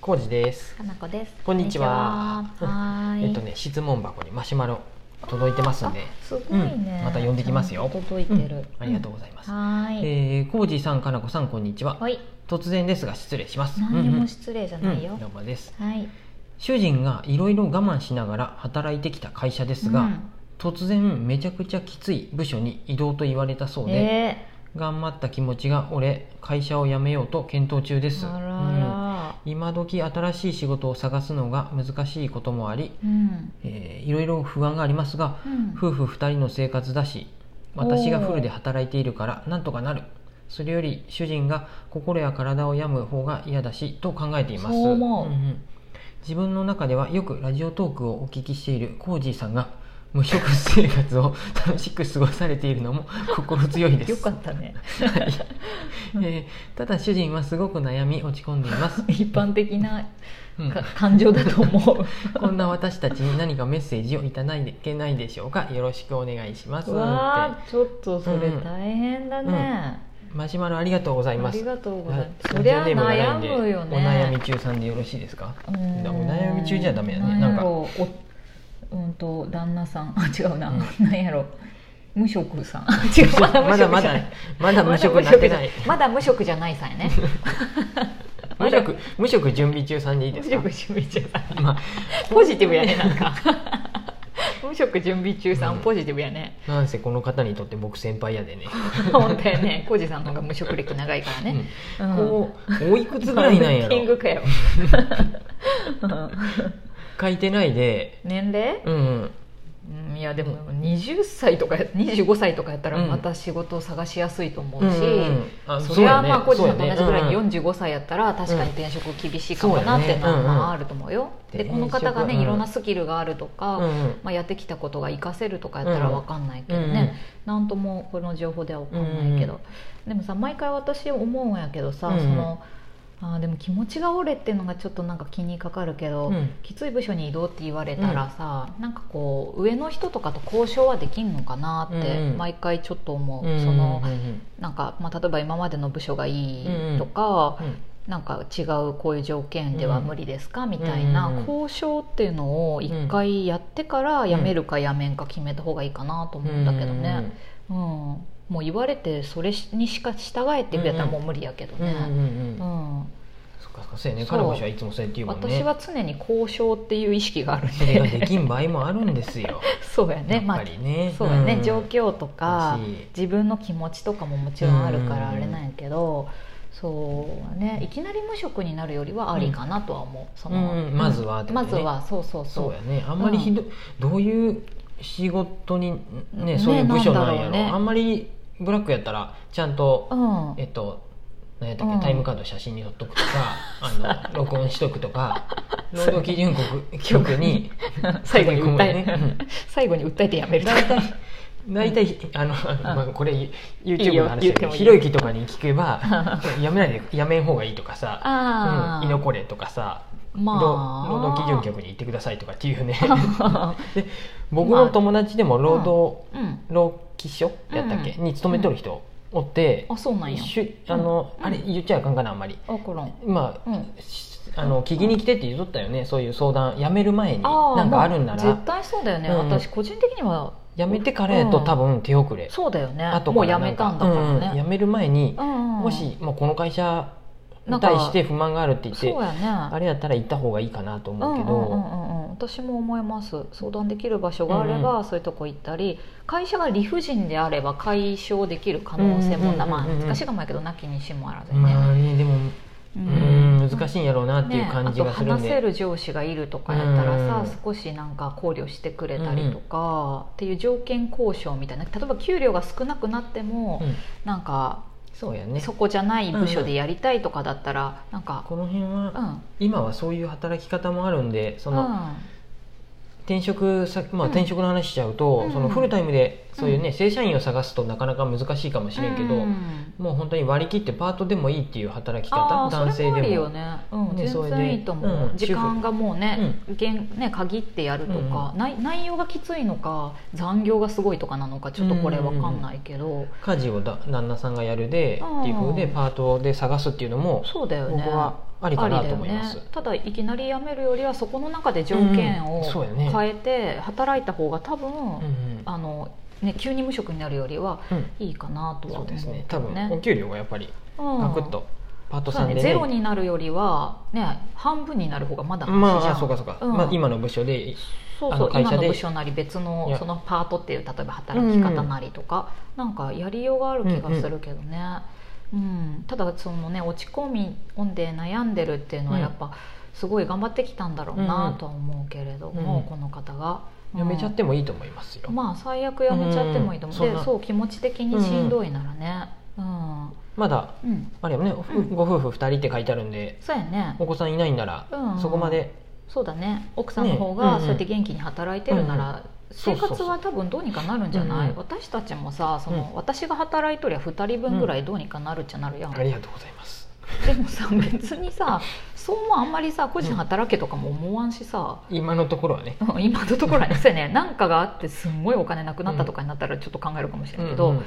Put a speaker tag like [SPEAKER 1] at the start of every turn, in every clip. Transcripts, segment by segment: [SPEAKER 1] コウジです。
[SPEAKER 2] かなこです。
[SPEAKER 1] こんにちは
[SPEAKER 2] こんにちははーい。
[SPEAKER 1] えっとね質問箱にマシュマロ届いてますんで、
[SPEAKER 2] すごいね。
[SPEAKER 1] うんまた呼んできますよ
[SPEAKER 2] ちゃんと届いてる。
[SPEAKER 1] うんありがとうございます。
[SPEAKER 2] はーい。
[SPEAKER 1] えー、コウジさんかなこさんこんにちは。
[SPEAKER 2] はい。
[SPEAKER 1] 突然ですが失礼します。
[SPEAKER 2] 何で
[SPEAKER 1] うんう
[SPEAKER 2] も
[SPEAKER 1] ん
[SPEAKER 2] 失礼じゃない
[SPEAKER 1] うん
[SPEAKER 2] よ
[SPEAKER 1] ど。うもです。
[SPEAKER 2] はい。
[SPEAKER 1] 主人がいろいろ我慢しながら働いてきた会社ですが、突然めちゃくちゃきつい部署に異動と言われたそう
[SPEAKER 2] うん、
[SPEAKER 1] で、
[SPEAKER 2] え
[SPEAKER 1] 頑張った気持ちが俺会社を辞めようと検討中です。
[SPEAKER 2] ー、あ
[SPEAKER 1] うん
[SPEAKER 2] ら
[SPEAKER 1] 今時新しい仕事を探すのが難しいこともあり、
[SPEAKER 2] ら。うん。
[SPEAKER 1] えーいろいろ不安がありますが
[SPEAKER 2] うん
[SPEAKER 1] 夫婦2人の生活だし私がフルで働いているからなんとかなるそれより主人が心や体を病む方が嫌だしと考えています
[SPEAKER 2] そう思うん
[SPEAKER 1] ん自分の中ではよくラジオトークをお聞きしているコージーさんが無職生活を楽しく過ごされているの も心強いです
[SPEAKER 2] よかったね。
[SPEAKER 1] はいえーただ主人はすごく悩み落ち込んでいます、
[SPEAKER 2] 一般的な
[SPEAKER 1] うん
[SPEAKER 2] か感情だ と思う。
[SPEAKER 1] こんな私たちに何かメッセージをいただけないでしょうかよろしくお願いします
[SPEAKER 2] うわあ、ちょっとそれ大変だ
[SPEAKER 1] うん
[SPEAKER 2] ね。
[SPEAKER 1] マシュマロありがとうございま
[SPEAKER 2] あ
[SPEAKER 1] す
[SPEAKER 2] りがとうございます。
[SPEAKER 1] は
[SPEAKER 2] そりゃ
[SPEAKER 1] ラジオネームがないんで
[SPEAKER 2] 悩むよね。
[SPEAKER 1] お悩み中さんでよろしいです か
[SPEAKER 2] うーん
[SPEAKER 1] お悩み中じゃダメやね
[SPEAKER 2] ん
[SPEAKER 1] な
[SPEAKER 2] や
[SPEAKER 1] んか
[SPEAKER 2] ろうおうんと旦那さん あ違うな、
[SPEAKER 1] うん
[SPEAKER 2] なんやろ無職 さん違う
[SPEAKER 1] まだまだまだ無職になってない
[SPEAKER 2] まだ無職じゃないさんやね
[SPEAKER 1] 無
[SPEAKER 2] まだ
[SPEAKER 1] 職無職準備中さんでいい
[SPEAKER 2] 無
[SPEAKER 1] ですか
[SPEAKER 2] 職準備中さん
[SPEAKER 1] ま
[SPEAKER 2] ポジティブやねなんか 無職準備中さん、
[SPEAKER 1] うん
[SPEAKER 2] ポジティブやね
[SPEAKER 1] あなんせこの方にとって僕先輩やでね
[SPEAKER 2] 本当やね浩二さんの方が無職歴長いから ね、
[SPEAKER 1] うん
[SPEAKER 2] ん
[SPEAKER 1] こうおいくつぐらいなんや
[SPEAKER 2] ランキング
[SPEAKER 1] ろ
[SPEAKER 2] かようん
[SPEAKER 1] 書いてないで
[SPEAKER 2] 年齢
[SPEAKER 1] うんうん
[SPEAKER 2] うんいやでも20歳とか25歳とかやった
[SPEAKER 1] う
[SPEAKER 2] ら
[SPEAKER 1] ん
[SPEAKER 2] また仕事を探しやすいと思
[SPEAKER 1] う
[SPEAKER 2] うんし、
[SPEAKER 1] うんあ
[SPEAKER 2] それはまあ個
[SPEAKER 1] そう
[SPEAKER 2] 人
[SPEAKER 1] や
[SPEAKER 2] さんと同じぐらい
[SPEAKER 1] ね
[SPEAKER 2] に
[SPEAKER 1] そうやね
[SPEAKER 2] 45歳やったら確かに転職厳しいかもなっていうの
[SPEAKER 1] うんそうやねうんう
[SPEAKER 2] は
[SPEAKER 1] ん
[SPEAKER 2] まああると思うよ、で
[SPEAKER 1] 転職
[SPEAKER 2] この方がね、
[SPEAKER 1] うん
[SPEAKER 2] いろんなスキルがあるとか、
[SPEAKER 1] うんうん
[SPEAKER 2] まあ、やってきたことが活かせるとかやったら分かんないけど
[SPEAKER 1] うんうん
[SPEAKER 2] ね、なんともこの情報では分かんないけど、でもさ毎回私思うんやけどさ、
[SPEAKER 1] うんうん
[SPEAKER 2] そのあーでも気持ちが折れっていうのがちょっとなんか気にかかるけど、
[SPEAKER 1] うん
[SPEAKER 2] きつい部署に移動って言われたらさ、なんかこう上の人とかと交渉はできんのかなっ
[SPEAKER 1] う
[SPEAKER 2] て
[SPEAKER 1] んうん
[SPEAKER 2] 毎回ちょっと思う。
[SPEAKER 1] うんうんうんうん
[SPEAKER 2] そのなんか、まあ、例えば今までの部署がいいとか、
[SPEAKER 1] うん
[SPEAKER 2] なんか違うこういう条件では無理ですか、みたい
[SPEAKER 1] うんうん
[SPEAKER 2] な
[SPEAKER 1] うん
[SPEAKER 2] 交渉っていうのを一回やってから辞めるか辞めんか決めた方がいいかなと思うんだけどね、うんもう言われてそれにしか従えってくれたらもう無理やけど
[SPEAKER 1] うんうんうん
[SPEAKER 2] ね、
[SPEAKER 1] うん
[SPEAKER 2] う
[SPEAKER 1] うん
[SPEAKER 2] ん
[SPEAKER 1] そっかそっかそうやね
[SPEAKER 2] そう
[SPEAKER 1] 彼女はいつもそうやって言うもんね
[SPEAKER 2] 私は常に交渉っていう意識があるん
[SPEAKER 1] それがで
[SPEAKER 2] で
[SPEAKER 1] きん場合もあるんですよ
[SPEAKER 2] そうやね
[SPEAKER 1] やっ
[SPEAKER 2] ま
[SPEAKER 1] ぱ
[SPEAKER 2] あ
[SPEAKER 1] りね
[SPEAKER 2] そうやね、
[SPEAKER 1] ん
[SPEAKER 2] 状況とか
[SPEAKER 1] だし
[SPEAKER 2] 自分の気持ちとかももちろんあるか
[SPEAKER 1] う
[SPEAKER 2] ら
[SPEAKER 1] ん
[SPEAKER 2] あれなんやけど、そうねいきなり無職になるよりはありかなとは思う、その
[SPEAKER 1] うんうんまずはってこと
[SPEAKER 2] ま
[SPEAKER 1] ね
[SPEAKER 2] ずはそうそうそ
[SPEAKER 1] そううやねあんまりひど,、どういう仕事にね
[SPEAKER 2] ね
[SPEAKER 1] そういう部署なんやろ
[SPEAKER 2] なんだろうね
[SPEAKER 1] あんまりブラックやったらちゃんと、
[SPEAKER 2] うん
[SPEAKER 1] えっと何やったっけ、
[SPEAKER 2] うん
[SPEAKER 1] タイムカード写真に撮っと くとかあの録音しとくとか労働基準国局に
[SPEAKER 2] 最後に訴え、
[SPEAKER 1] 書き込むね
[SPEAKER 2] 最後に訴えてやめる とか
[SPEAKER 1] 大体大体あの、まあ、これ YouTube の話
[SPEAKER 2] 言
[SPEAKER 1] だ
[SPEAKER 2] っ
[SPEAKER 1] け
[SPEAKER 2] て
[SPEAKER 1] ど
[SPEAKER 2] もいい
[SPEAKER 1] ひろゆきとかに聞けばやめないでやめん方がいいとかさ
[SPEAKER 2] あ
[SPEAKER 1] う
[SPEAKER 2] ー
[SPEAKER 1] ん、居残れとかさ、
[SPEAKER 2] まあ
[SPEAKER 1] 労労働基準局に行ってくださいとかって いうねで僕の友達でも労働、
[SPEAKER 2] うん
[SPEAKER 1] 労基署やったっけ、
[SPEAKER 2] うん
[SPEAKER 1] に勤めとる人おって、
[SPEAKER 2] あそうなんや
[SPEAKER 1] しゅあの、
[SPEAKER 2] うん
[SPEAKER 1] あれ言っちゃあかんかなあんまり
[SPEAKER 2] あこらん
[SPEAKER 1] まあ,、
[SPEAKER 2] うん
[SPEAKER 1] しあの聞きに来てって言っとったよねそういう相談辞める前に
[SPEAKER 2] ー
[SPEAKER 1] なんかあるんな
[SPEAKER 2] もう絶
[SPEAKER 1] ら
[SPEAKER 2] 対そうだよね、
[SPEAKER 1] うん
[SPEAKER 2] 私個人的には
[SPEAKER 1] 辞めてからやと多分手遅れ、
[SPEAKER 2] そうだよね
[SPEAKER 1] 後
[SPEAKER 2] も
[SPEAKER 1] か
[SPEAKER 2] う
[SPEAKER 1] ら
[SPEAKER 2] や
[SPEAKER 1] な
[SPEAKER 2] め
[SPEAKER 1] んか
[SPEAKER 2] たんだから
[SPEAKER 1] うん
[SPEAKER 2] ね、
[SPEAKER 1] 辞める前に
[SPEAKER 2] う、んうん
[SPEAKER 1] もしもうこの会社に
[SPEAKER 2] なんか
[SPEAKER 1] 対して不満があるって言っ
[SPEAKER 2] そ
[SPEAKER 1] て
[SPEAKER 2] うやね
[SPEAKER 1] あれやったら行った方がいいかなと思うけど、
[SPEAKER 2] うんうんうんうんうん、私も思います相談できる場所があれば、
[SPEAKER 1] うん
[SPEAKER 2] そういうとこ行ったり会社が理不尽であれば解消できる可能性もな、
[SPEAKER 1] うんうんうんうんうん
[SPEAKER 2] まあ難しいかもやけどなきにしもあらずにね、
[SPEAKER 1] まあねでも
[SPEAKER 2] う
[SPEAKER 1] うんん難しいんやろうなっていう感じがする
[SPEAKER 2] ねあ
[SPEAKER 1] ん
[SPEAKER 2] と
[SPEAKER 1] で、
[SPEAKER 2] 話せる上司がいるとかやったらさ、
[SPEAKER 1] うん
[SPEAKER 2] 少しなんか考慮してくれたりとか、っていう条件交渉みたいな例えば給料が少なくなっても、
[SPEAKER 1] うん
[SPEAKER 2] なんか
[SPEAKER 1] そうやね
[SPEAKER 2] そこじゃない部署でやりたいとかだったら、なんか
[SPEAKER 1] この辺は、
[SPEAKER 2] うん、うん
[SPEAKER 1] 今はそういう働き方もあるんでその、転職先、まあ、転職の話しちゃうと、
[SPEAKER 2] うん
[SPEAKER 1] そのフルタイムでそういうね、正社員を探すとなかなか難しいかもしれんけど、
[SPEAKER 2] うん
[SPEAKER 1] もう本当に割り切ってパートでもいいっていう働き
[SPEAKER 2] あ
[SPEAKER 1] 方
[SPEAKER 2] ー
[SPEAKER 1] 男性で
[SPEAKER 2] それもある
[SPEAKER 1] も
[SPEAKER 2] よね、うん、
[SPEAKER 1] ねそ
[SPEAKER 2] 全
[SPEAKER 1] れ
[SPEAKER 2] 然
[SPEAKER 1] で
[SPEAKER 2] いいと思う、
[SPEAKER 1] うん
[SPEAKER 2] 時間がもうね,、限ね限ってやるとか、
[SPEAKER 1] う
[SPEAKER 2] 内内容がきついのか残業がすごいとかなのかちょっとこれわかんないけど、
[SPEAKER 1] 家事をだ旦那さんがやるで
[SPEAKER 2] うん
[SPEAKER 1] っていう風でパートで探すっていうのも
[SPEAKER 2] そうだよね
[SPEAKER 1] 僕はありかなと思います
[SPEAKER 2] ありだよね、ただいきなり辞めるよりはそこの中で条件
[SPEAKER 1] うん
[SPEAKER 2] を
[SPEAKER 1] そうやね
[SPEAKER 2] 変えて働いた方が多分、
[SPEAKER 1] うんうん
[SPEAKER 2] あのね、急に無職になるよりは
[SPEAKER 1] うん
[SPEAKER 2] いいかなとは
[SPEAKER 1] そ
[SPEAKER 2] 思
[SPEAKER 1] う
[SPEAKER 2] うけ
[SPEAKER 1] です
[SPEAKER 2] ど
[SPEAKER 1] ね多分お給料がやっぱり
[SPEAKER 2] うん
[SPEAKER 1] ガクッとパート
[SPEAKER 2] そ
[SPEAKER 1] さ
[SPEAKER 2] うだ
[SPEAKER 1] んで
[SPEAKER 2] ね
[SPEAKER 1] ね
[SPEAKER 2] ゼロになるよりは、ね、半分になる方がまだマシじ
[SPEAKER 1] まあ
[SPEAKER 2] ゃん、
[SPEAKER 1] あそうかそうか
[SPEAKER 2] うん
[SPEAKER 1] まあ今の部署で
[SPEAKER 2] そう
[SPEAKER 1] あ
[SPEAKER 2] そ
[SPEAKER 1] の
[SPEAKER 2] う
[SPEAKER 1] 会
[SPEAKER 2] 今
[SPEAKER 1] 社で
[SPEAKER 2] の部署なり別
[SPEAKER 1] い
[SPEAKER 2] の
[SPEAKER 1] や
[SPEAKER 2] そのパートっていう例えば働き方なりとか、なんかやりようがある気がするけどね、うんただそのね落ち込みんで悩んでるっていうのは
[SPEAKER 1] うん
[SPEAKER 2] やっぱすごい頑張ってきたんだろうなとは思うけれども、
[SPEAKER 1] うん
[SPEAKER 2] この方が。
[SPEAKER 1] 辞めちゃっ
[SPEAKER 2] も
[SPEAKER 1] てもいいと思いますよ
[SPEAKER 2] まあ最悪やめちゃってもいいと思う、
[SPEAKER 1] うんそん
[SPEAKER 2] で
[SPEAKER 1] な
[SPEAKER 2] そう気持ち的にしんどいならねうん、うん
[SPEAKER 1] まだあれよねおふ
[SPEAKER 2] うん
[SPEAKER 1] ご夫婦2人って書いてあるんで
[SPEAKER 2] そうやね
[SPEAKER 1] お子さんいないんなら
[SPEAKER 2] うん
[SPEAKER 1] そこまで
[SPEAKER 2] そうだね奥さんの
[SPEAKER 1] ね
[SPEAKER 2] 方
[SPEAKER 1] うんう
[SPEAKER 2] が
[SPEAKER 1] ん
[SPEAKER 2] そうやって元気に働いてるなら、
[SPEAKER 1] そ
[SPEAKER 2] 生
[SPEAKER 1] うそうそう
[SPEAKER 2] 活は多分どうにかなるんじゃな
[SPEAKER 1] うん
[SPEAKER 2] い、
[SPEAKER 1] うん
[SPEAKER 2] 私たちもさその、
[SPEAKER 1] う
[SPEAKER 2] 私が働いとりゃ2人分ぐらいどうにかなるっちゃなるやん、
[SPEAKER 1] ありがとうございます
[SPEAKER 2] でもさ別にさそうもあんまりさ個人働けとかも思わんしさ、
[SPEAKER 1] 今のところはね
[SPEAKER 2] うん今のところはねそう やねなんかがあってすんごいお金なくなったとかになったらちょっと考えるかもしれんけど、う
[SPEAKER 1] うんんう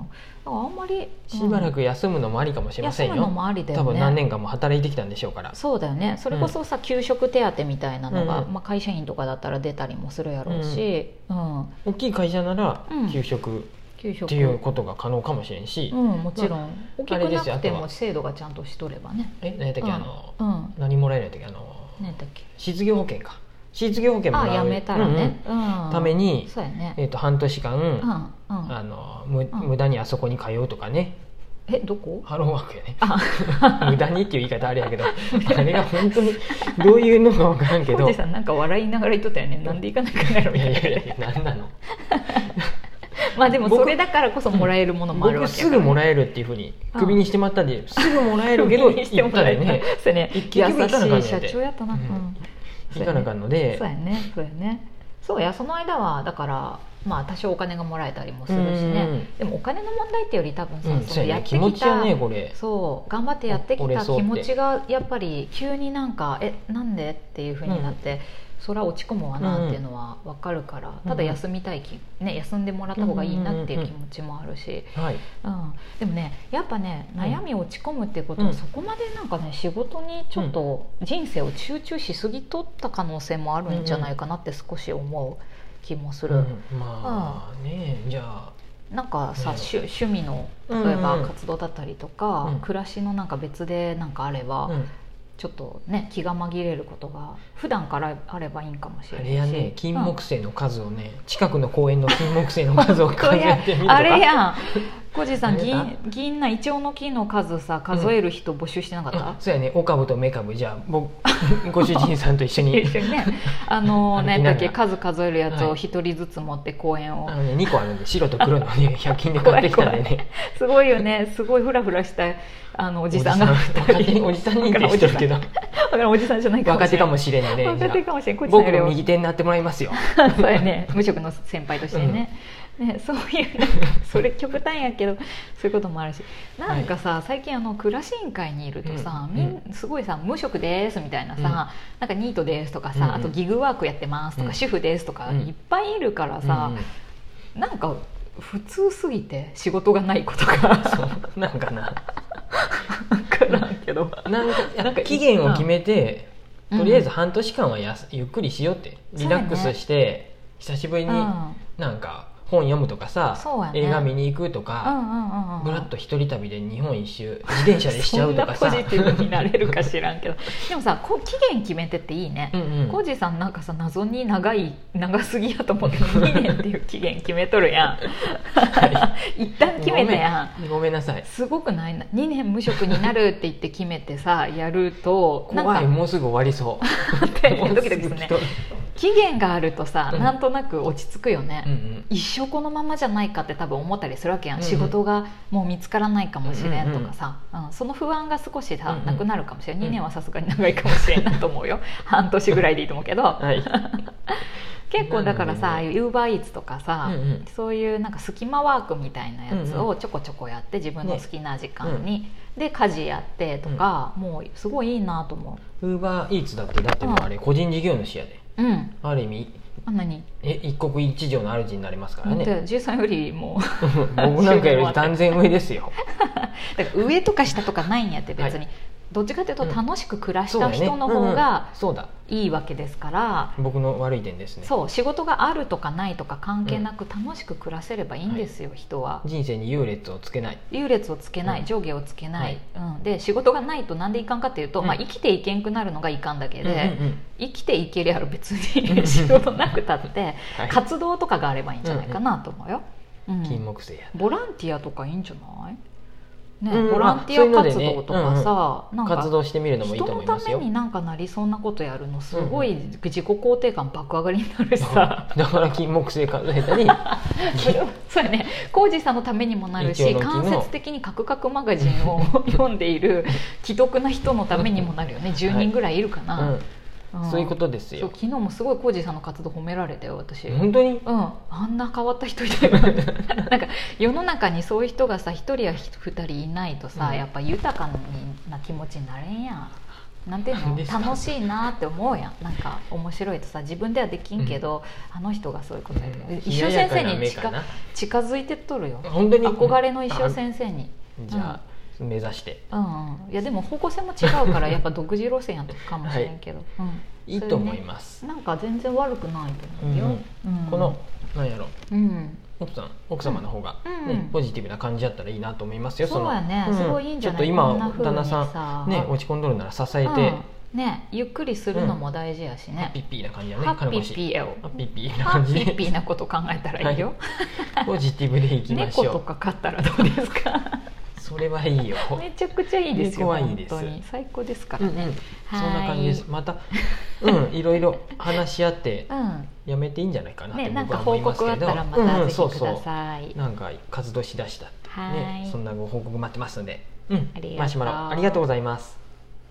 [SPEAKER 1] ん
[SPEAKER 2] だからあんまり、うん
[SPEAKER 1] しばらく休むのもありかもしれませ
[SPEAKER 2] 休
[SPEAKER 1] ん
[SPEAKER 2] むの
[SPEAKER 1] よ
[SPEAKER 2] もありだよ
[SPEAKER 1] 多
[SPEAKER 2] ね
[SPEAKER 1] 分何年間も働いてきたんでしょうから
[SPEAKER 2] そうだよねそれこそさ、給食手当みたいなのが、
[SPEAKER 1] うんうん
[SPEAKER 2] まあ、会社員とかだったら出たりもするやろうし、うん
[SPEAKER 1] 大きい会社なら
[SPEAKER 2] うん
[SPEAKER 1] 給食
[SPEAKER 2] 給食
[SPEAKER 1] っていうことが可能かもしれんし
[SPEAKER 2] う、ん、もちろん、大き
[SPEAKER 1] あ
[SPEAKER 2] く
[SPEAKER 1] れで
[SPEAKER 2] な
[SPEAKER 1] すよ
[SPEAKER 2] くて
[SPEAKER 1] あと
[SPEAKER 2] も
[SPEAKER 1] は
[SPEAKER 2] 制度がちゃんとしとればね
[SPEAKER 1] え何やったっけ、
[SPEAKER 2] うん
[SPEAKER 1] あの
[SPEAKER 2] うん
[SPEAKER 1] 何もらえない時あの
[SPEAKER 2] 何だっけ
[SPEAKER 1] 失業保険か失業保険も
[SPEAKER 2] あ
[SPEAKER 1] らう
[SPEAKER 2] やめたらね、うん
[SPEAKER 1] うんために、
[SPEAKER 2] そうやね
[SPEAKER 1] えー、と半年
[SPEAKER 2] うん
[SPEAKER 1] 間、
[SPEAKER 2] うん
[SPEAKER 1] あのむ
[SPEAKER 2] ん
[SPEAKER 1] 無駄にあそこに通うとかね
[SPEAKER 2] えどこ
[SPEAKER 1] ハローワークやね
[SPEAKER 2] あ
[SPEAKER 1] 無駄にっていう言い方あれやけど あれが本当にどういうのか分からんけ
[SPEAKER 2] 浩
[SPEAKER 1] ど
[SPEAKER 2] 二
[SPEAKER 1] い
[SPEAKER 2] さんなんか笑いながら言っとったよねなんで行かなくなるみた
[SPEAKER 1] や
[SPEAKER 2] い
[SPEAKER 1] い
[SPEAKER 2] な
[SPEAKER 1] やいや何なの
[SPEAKER 2] まあでも
[SPEAKER 1] 僕
[SPEAKER 2] それだからこそもらえるものもあるわ
[SPEAKER 1] 僕
[SPEAKER 2] け
[SPEAKER 1] すぐも
[SPEAKER 2] え
[SPEAKER 1] らえるっていうふうに
[SPEAKER 2] うん
[SPEAKER 1] クビにしてまったですぐもらえるけど
[SPEAKER 2] にして
[SPEAKER 1] 言
[SPEAKER 2] も
[SPEAKER 1] った
[SPEAKER 2] ら
[SPEAKER 1] ら
[SPEAKER 2] える
[SPEAKER 1] ね
[SPEAKER 2] そうやね
[SPEAKER 1] 結局行かなあかんねん
[SPEAKER 2] 優
[SPEAKER 1] て
[SPEAKER 2] しい社長やったな、
[SPEAKER 1] うん
[SPEAKER 2] うん
[SPEAKER 1] 行かなあかんので
[SPEAKER 2] そうやねそうやねそうやその間はだからまあ多少お金がもらえたりもするしね、
[SPEAKER 1] うん
[SPEAKER 2] でもお金の問題ってより多分さ、
[SPEAKER 1] うんそ
[SPEAKER 2] そ
[SPEAKER 1] う
[SPEAKER 2] の
[SPEAKER 1] や
[SPEAKER 2] やっ
[SPEAKER 1] ね
[SPEAKER 2] て
[SPEAKER 1] 気持
[SPEAKER 2] き
[SPEAKER 1] ちや
[SPEAKER 2] た、
[SPEAKER 1] ねこれ
[SPEAKER 2] そう頑張ってやってき
[SPEAKER 1] 折れ
[SPEAKER 2] た
[SPEAKER 1] そうっ
[SPEAKER 2] 気
[SPEAKER 1] て
[SPEAKER 2] 持ちがやっぱり急になんかえなんでっていうふうになって、そりゃ落ち込むわなっていうのは分かるから、
[SPEAKER 1] うん
[SPEAKER 2] ただ休みたい気、ね、休んでもらった方がいいなっていう気持ちもあるし、
[SPEAKER 1] はい
[SPEAKER 2] うん、でもねやっぱね
[SPEAKER 1] うん
[SPEAKER 2] 悩み落ち込むっていうこと
[SPEAKER 1] う
[SPEAKER 2] は
[SPEAKER 1] ん
[SPEAKER 2] そこまでなんかね仕事にちょっと人生を集中しすぎとった可能性もあるんじゃないかなって少し思う気もする、
[SPEAKER 1] うんまあねじゃあ
[SPEAKER 2] なんかさ、
[SPEAKER 1] うん
[SPEAKER 2] 趣趣味の
[SPEAKER 1] うん
[SPEAKER 2] 例えば活動だったりとか、
[SPEAKER 1] うん
[SPEAKER 2] 暮らしのなんか別でなんかあれば、
[SPEAKER 1] うん
[SPEAKER 2] ちょっとね気が紛れることが普段からあればいいんかもしれ
[SPEAKER 1] あ
[SPEAKER 2] ないし
[SPEAKER 1] れやね金木犀の数をね近くの公園の金木犀の数を数えてみるとか
[SPEAKER 2] あれやん小路さん
[SPEAKER 1] あれだ
[SPEAKER 2] 銀銀なイチョウの木の数さ数える人募集してなかった、
[SPEAKER 1] あそうやねお株とめ株じゃあ 僕ご主人さんと一緒に
[SPEAKER 2] 一 緒にねあの
[SPEAKER 1] あの
[SPEAKER 2] 何だっ
[SPEAKER 1] い
[SPEAKER 2] け
[SPEAKER 1] な
[SPEAKER 2] 数数えるやつ
[SPEAKER 1] は
[SPEAKER 2] を
[SPEAKER 1] い
[SPEAKER 2] 一人ずつ持って公園を、
[SPEAKER 1] あのね2個あるんで白と黒のね100均で買ってきたんでね
[SPEAKER 2] すごいよねすごいフラフラしたあのお
[SPEAKER 1] お
[SPEAKER 2] じさんが
[SPEAKER 1] 勝手におじさん 認定してるけど
[SPEAKER 2] だからおじさんじゃないかも
[SPEAKER 1] 若
[SPEAKER 2] し
[SPEAKER 1] 手
[SPEAKER 2] れな
[SPEAKER 1] か
[SPEAKER 2] い
[SPEAKER 1] もしれんので
[SPEAKER 2] 若
[SPEAKER 1] じ
[SPEAKER 2] 手
[SPEAKER 1] ゃあ
[SPEAKER 2] かもしれない小路さ
[SPEAKER 1] 僕
[SPEAKER 2] んよ
[SPEAKER 1] の
[SPEAKER 2] り
[SPEAKER 1] 右手になってもらいますよ
[SPEAKER 2] はそうやね無職の先輩としてね,、ね そういうなんかそれ極端やけどそういうこともあるしなんかさ、最近あの暮らし委員会にいるとさ、
[SPEAKER 1] うん
[SPEAKER 2] みんすごいさ無職ですみたいなさ、
[SPEAKER 1] うん
[SPEAKER 2] なんかニートですとかさ、
[SPEAKER 1] うんうん
[SPEAKER 2] あとギグワークやってますとか、
[SPEAKER 1] うん
[SPEAKER 2] 主婦ですとか、
[SPEAKER 1] うん
[SPEAKER 2] いっぱいいるからさ、
[SPEAKER 1] うん
[SPEAKER 2] なんか普通すぎて仕事がないことが
[SPEAKER 1] そうなんかな
[SPEAKER 2] 分からんけど
[SPEAKER 1] なんかいや
[SPEAKER 2] なんか
[SPEAKER 1] 期限を決めて、
[SPEAKER 2] うん
[SPEAKER 1] とりあえず半年間はやすゆっくりしようってリラックスして、久しぶりに
[SPEAKER 2] うん
[SPEAKER 1] なんか本読むとかさ、
[SPEAKER 2] そうやね
[SPEAKER 1] 映画見に行くとか、ぶらっと一人旅で日本一周自転車でしちゃうとか
[SPEAKER 2] そん
[SPEAKER 1] さ
[SPEAKER 2] なポジティブになれるか知ら んけどでもさこう期限決めてっていいね
[SPEAKER 1] う、ん
[SPEAKER 2] コージさんなんかさ謎に長い長すぎやと思って2年っていう期限決めと るやん一旦決めたや
[SPEAKER 1] うん、ごめんなさい
[SPEAKER 2] んすごくないな2年無職になるって言って決めてさやると
[SPEAKER 1] 怖い
[SPEAKER 2] なんか
[SPEAKER 1] もうすぐ終わりそうもう
[SPEAKER 2] ドキドキするね
[SPEAKER 1] ぐ
[SPEAKER 2] 期限があるとさ
[SPEAKER 1] うん
[SPEAKER 2] なんとなく落ち着くよね、
[SPEAKER 1] 人うん
[SPEAKER 2] 一生このままじゃないかって多分思ったりするわけやん、
[SPEAKER 1] うんうん
[SPEAKER 2] 仕事がもう見つからないかもしれんとかさ、うんその不安が少しさ、
[SPEAKER 1] うんうん
[SPEAKER 2] なくなるかもしれん
[SPEAKER 1] うん
[SPEAKER 2] 2年はさすがに長いかもしれんなと思うよ半年ぐらいでいいと思うけど
[SPEAKER 1] うん、はい
[SPEAKER 2] 結構だからさああ
[SPEAKER 1] ないん
[SPEAKER 2] うウーバーイーツとか
[SPEAKER 1] う
[SPEAKER 2] さ、
[SPEAKER 1] んうん
[SPEAKER 2] そういうなんか隙間ワークみたいなやつ
[SPEAKER 1] うん
[SPEAKER 2] をちょこちょこやって自分の好きな時間に、で家事やってとか、もうすごいいいなと思
[SPEAKER 1] ウーバーイーツだってだってもうあれ個人事業主やで
[SPEAKER 2] ううん
[SPEAKER 1] ある意味
[SPEAKER 2] あ何
[SPEAKER 1] え一国一城の主になりますから
[SPEAKER 2] 本当
[SPEAKER 1] ね
[SPEAKER 2] や13よりも
[SPEAKER 1] 僕なんかより断然上です よ
[SPEAKER 2] だから上とか下とかないんやって別に、
[SPEAKER 1] は
[SPEAKER 2] どっちかというと楽しく暮らし
[SPEAKER 1] そうだ
[SPEAKER 2] た
[SPEAKER 1] ね
[SPEAKER 2] 人の
[SPEAKER 1] うんう
[SPEAKER 2] 方
[SPEAKER 1] ん
[SPEAKER 2] が
[SPEAKER 1] そうだ
[SPEAKER 2] いいわけですから、
[SPEAKER 1] 僕の悪い点ですね
[SPEAKER 2] そう仕事があるとかないとか関係なく楽しく暮らせればいいんですよ、人は。
[SPEAKER 1] 人生に優劣をつけない
[SPEAKER 2] 優劣をつけない、
[SPEAKER 1] うん
[SPEAKER 2] 上下をつけない、うん、で仕事がないとなんでいかんかっていうと、
[SPEAKER 1] うん
[SPEAKER 2] まあ、生きていけんくなるのがいかんだけで、
[SPEAKER 1] うんうんうん
[SPEAKER 2] 生きていけりゃ別
[SPEAKER 1] うん
[SPEAKER 2] に仕事なくたって
[SPEAKER 1] はい
[SPEAKER 2] 活動とかがあればいいんじゃないかなと思うよ、うん
[SPEAKER 1] 金木犀や
[SPEAKER 2] ボランティアとかいいんじゃないね、
[SPEAKER 1] うん
[SPEAKER 2] ボランティア
[SPEAKER 1] まあ
[SPEAKER 2] 活
[SPEAKER 1] そういうの
[SPEAKER 2] 動
[SPEAKER 1] でね
[SPEAKER 2] とかさ、なんか
[SPEAKER 1] 活動してみるのもいい
[SPEAKER 2] 人
[SPEAKER 1] と思
[SPEAKER 2] の
[SPEAKER 1] い
[SPEAKER 2] た
[SPEAKER 1] ます
[SPEAKER 2] め
[SPEAKER 1] よ
[SPEAKER 2] になんかなりそうなことやるのすごい自己肯定感爆上がりになるしさ、
[SPEAKER 1] だから金木犀数えたり
[SPEAKER 2] それは そうやね浩二さんのためにもなる
[SPEAKER 1] 一
[SPEAKER 2] し
[SPEAKER 1] 応の
[SPEAKER 2] 間
[SPEAKER 1] 機能
[SPEAKER 2] 接的に「カクカクマガジン」を 読んでいる既読な人のためにもなるよね10人ぐらいいるか
[SPEAKER 1] う
[SPEAKER 2] な、
[SPEAKER 1] んそういうこととですよ
[SPEAKER 2] 昨日もすごい浩二さんの活動褒められたよ私
[SPEAKER 1] 本当に
[SPEAKER 2] うん、あんな変 わった人いたよなんか世の中にそういう人がさ1人や2人いないとさ、
[SPEAKER 1] うん
[SPEAKER 2] やっぱ豊かな気持ちになれんやんなんていう
[SPEAKER 1] なん
[SPEAKER 2] の
[SPEAKER 1] ですか
[SPEAKER 2] 楽しいなって思うやんなんか面白いとさ自分ではできんけど、あの人がそういうことやって、一生先生に
[SPEAKER 1] 冷ややか
[SPEAKER 2] 近
[SPEAKER 1] な
[SPEAKER 2] 近づいてっとるよ
[SPEAKER 1] 本当に
[SPEAKER 2] 憧れの一生先生に、
[SPEAKER 1] あじゃあ目指して
[SPEAKER 2] うんうん、いやでも方向性も違 うからやっぱ独自路線やったかもしれんけど、うん、
[SPEAKER 1] いいと思い
[SPEAKER 2] す
[SPEAKER 1] ます
[SPEAKER 2] なんか全然悪くないと思うよ、うん
[SPEAKER 1] このなんやろ
[SPEAKER 2] うん
[SPEAKER 1] 奥さん奥様の方が
[SPEAKER 2] うん
[SPEAKER 1] ね
[SPEAKER 2] うん
[SPEAKER 1] ポジティブな感じだったらいいなと思いますよ
[SPEAKER 2] そうやね、
[SPEAKER 1] の
[SPEAKER 2] すごいいいんじゃない
[SPEAKER 1] ちょっと
[SPEAKER 2] こんな
[SPEAKER 1] 今
[SPEAKER 2] 風に
[SPEAKER 1] 旦那さんね落ち込んどるなら支えて
[SPEAKER 2] うんねゆっくりするのも大事やし
[SPEAKER 1] ハッ
[SPEAKER 2] ね
[SPEAKER 1] ピ、ーピーな感じやね
[SPEAKER 2] ハッピ
[SPEAKER 1] 金
[SPEAKER 2] ー
[SPEAKER 1] 星
[SPEAKER 2] ピーを
[SPEAKER 1] ハッピーピーな
[SPEAKER 2] ハ
[SPEAKER 1] 感
[SPEAKER 2] ッ
[SPEAKER 1] じ
[SPEAKER 2] ピーピ
[SPEAKER 1] で
[SPEAKER 2] ーなこと考えたらいいよ、
[SPEAKER 1] ポジティブでいきまし
[SPEAKER 2] 猫と
[SPEAKER 1] ょ
[SPEAKER 2] か飼ったらどうですか
[SPEAKER 1] うそれはいいよ
[SPEAKER 2] めちゃくちゃいいです
[SPEAKER 1] 猫
[SPEAKER 2] よ
[SPEAKER 1] はいいです
[SPEAKER 2] 本当に最高ですか
[SPEAKER 1] うん
[SPEAKER 2] ら、
[SPEAKER 1] うんそん
[SPEAKER 2] はい
[SPEAKER 1] な感じですまた うんいろいろ話し合ってやめていいんじゃないか
[SPEAKER 2] う、
[SPEAKER 1] なんって
[SPEAKER 2] ねなん
[SPEAKER 1] 僕
[SPEAKER 2] か
[SPEAKER 1] は思い
[SPEAKER 2] 報
[SPEAKER 1] ます
[SPEAKER 2] 告あ
[SPEAKER 1] け
[SPEAKER 2] っ
[SPEAKER 1] ど
[SPEAKER 2] たらま
[SPEAKER 1] うんう
[SPEAKER 2] た
[SPEAKER 1] ん
[SPEAKER 2] ぜ
[SPEAKER 1] そう
[SPEAKER 2] ひく
[SPEAKER 1] そう
[SPEAKER 2] ださい、
[SPEAKER 1] なんか活動しだしたって
[SPEAKER 2] は
[SPEAKER 1] ね
[SPEAKER 2] い
[SPEAKER 1] そんなご報告待ってますんで、うん
[SPEAKER 2] ありがと、う
[SPEAKER 1] マシュマロありがとうございます。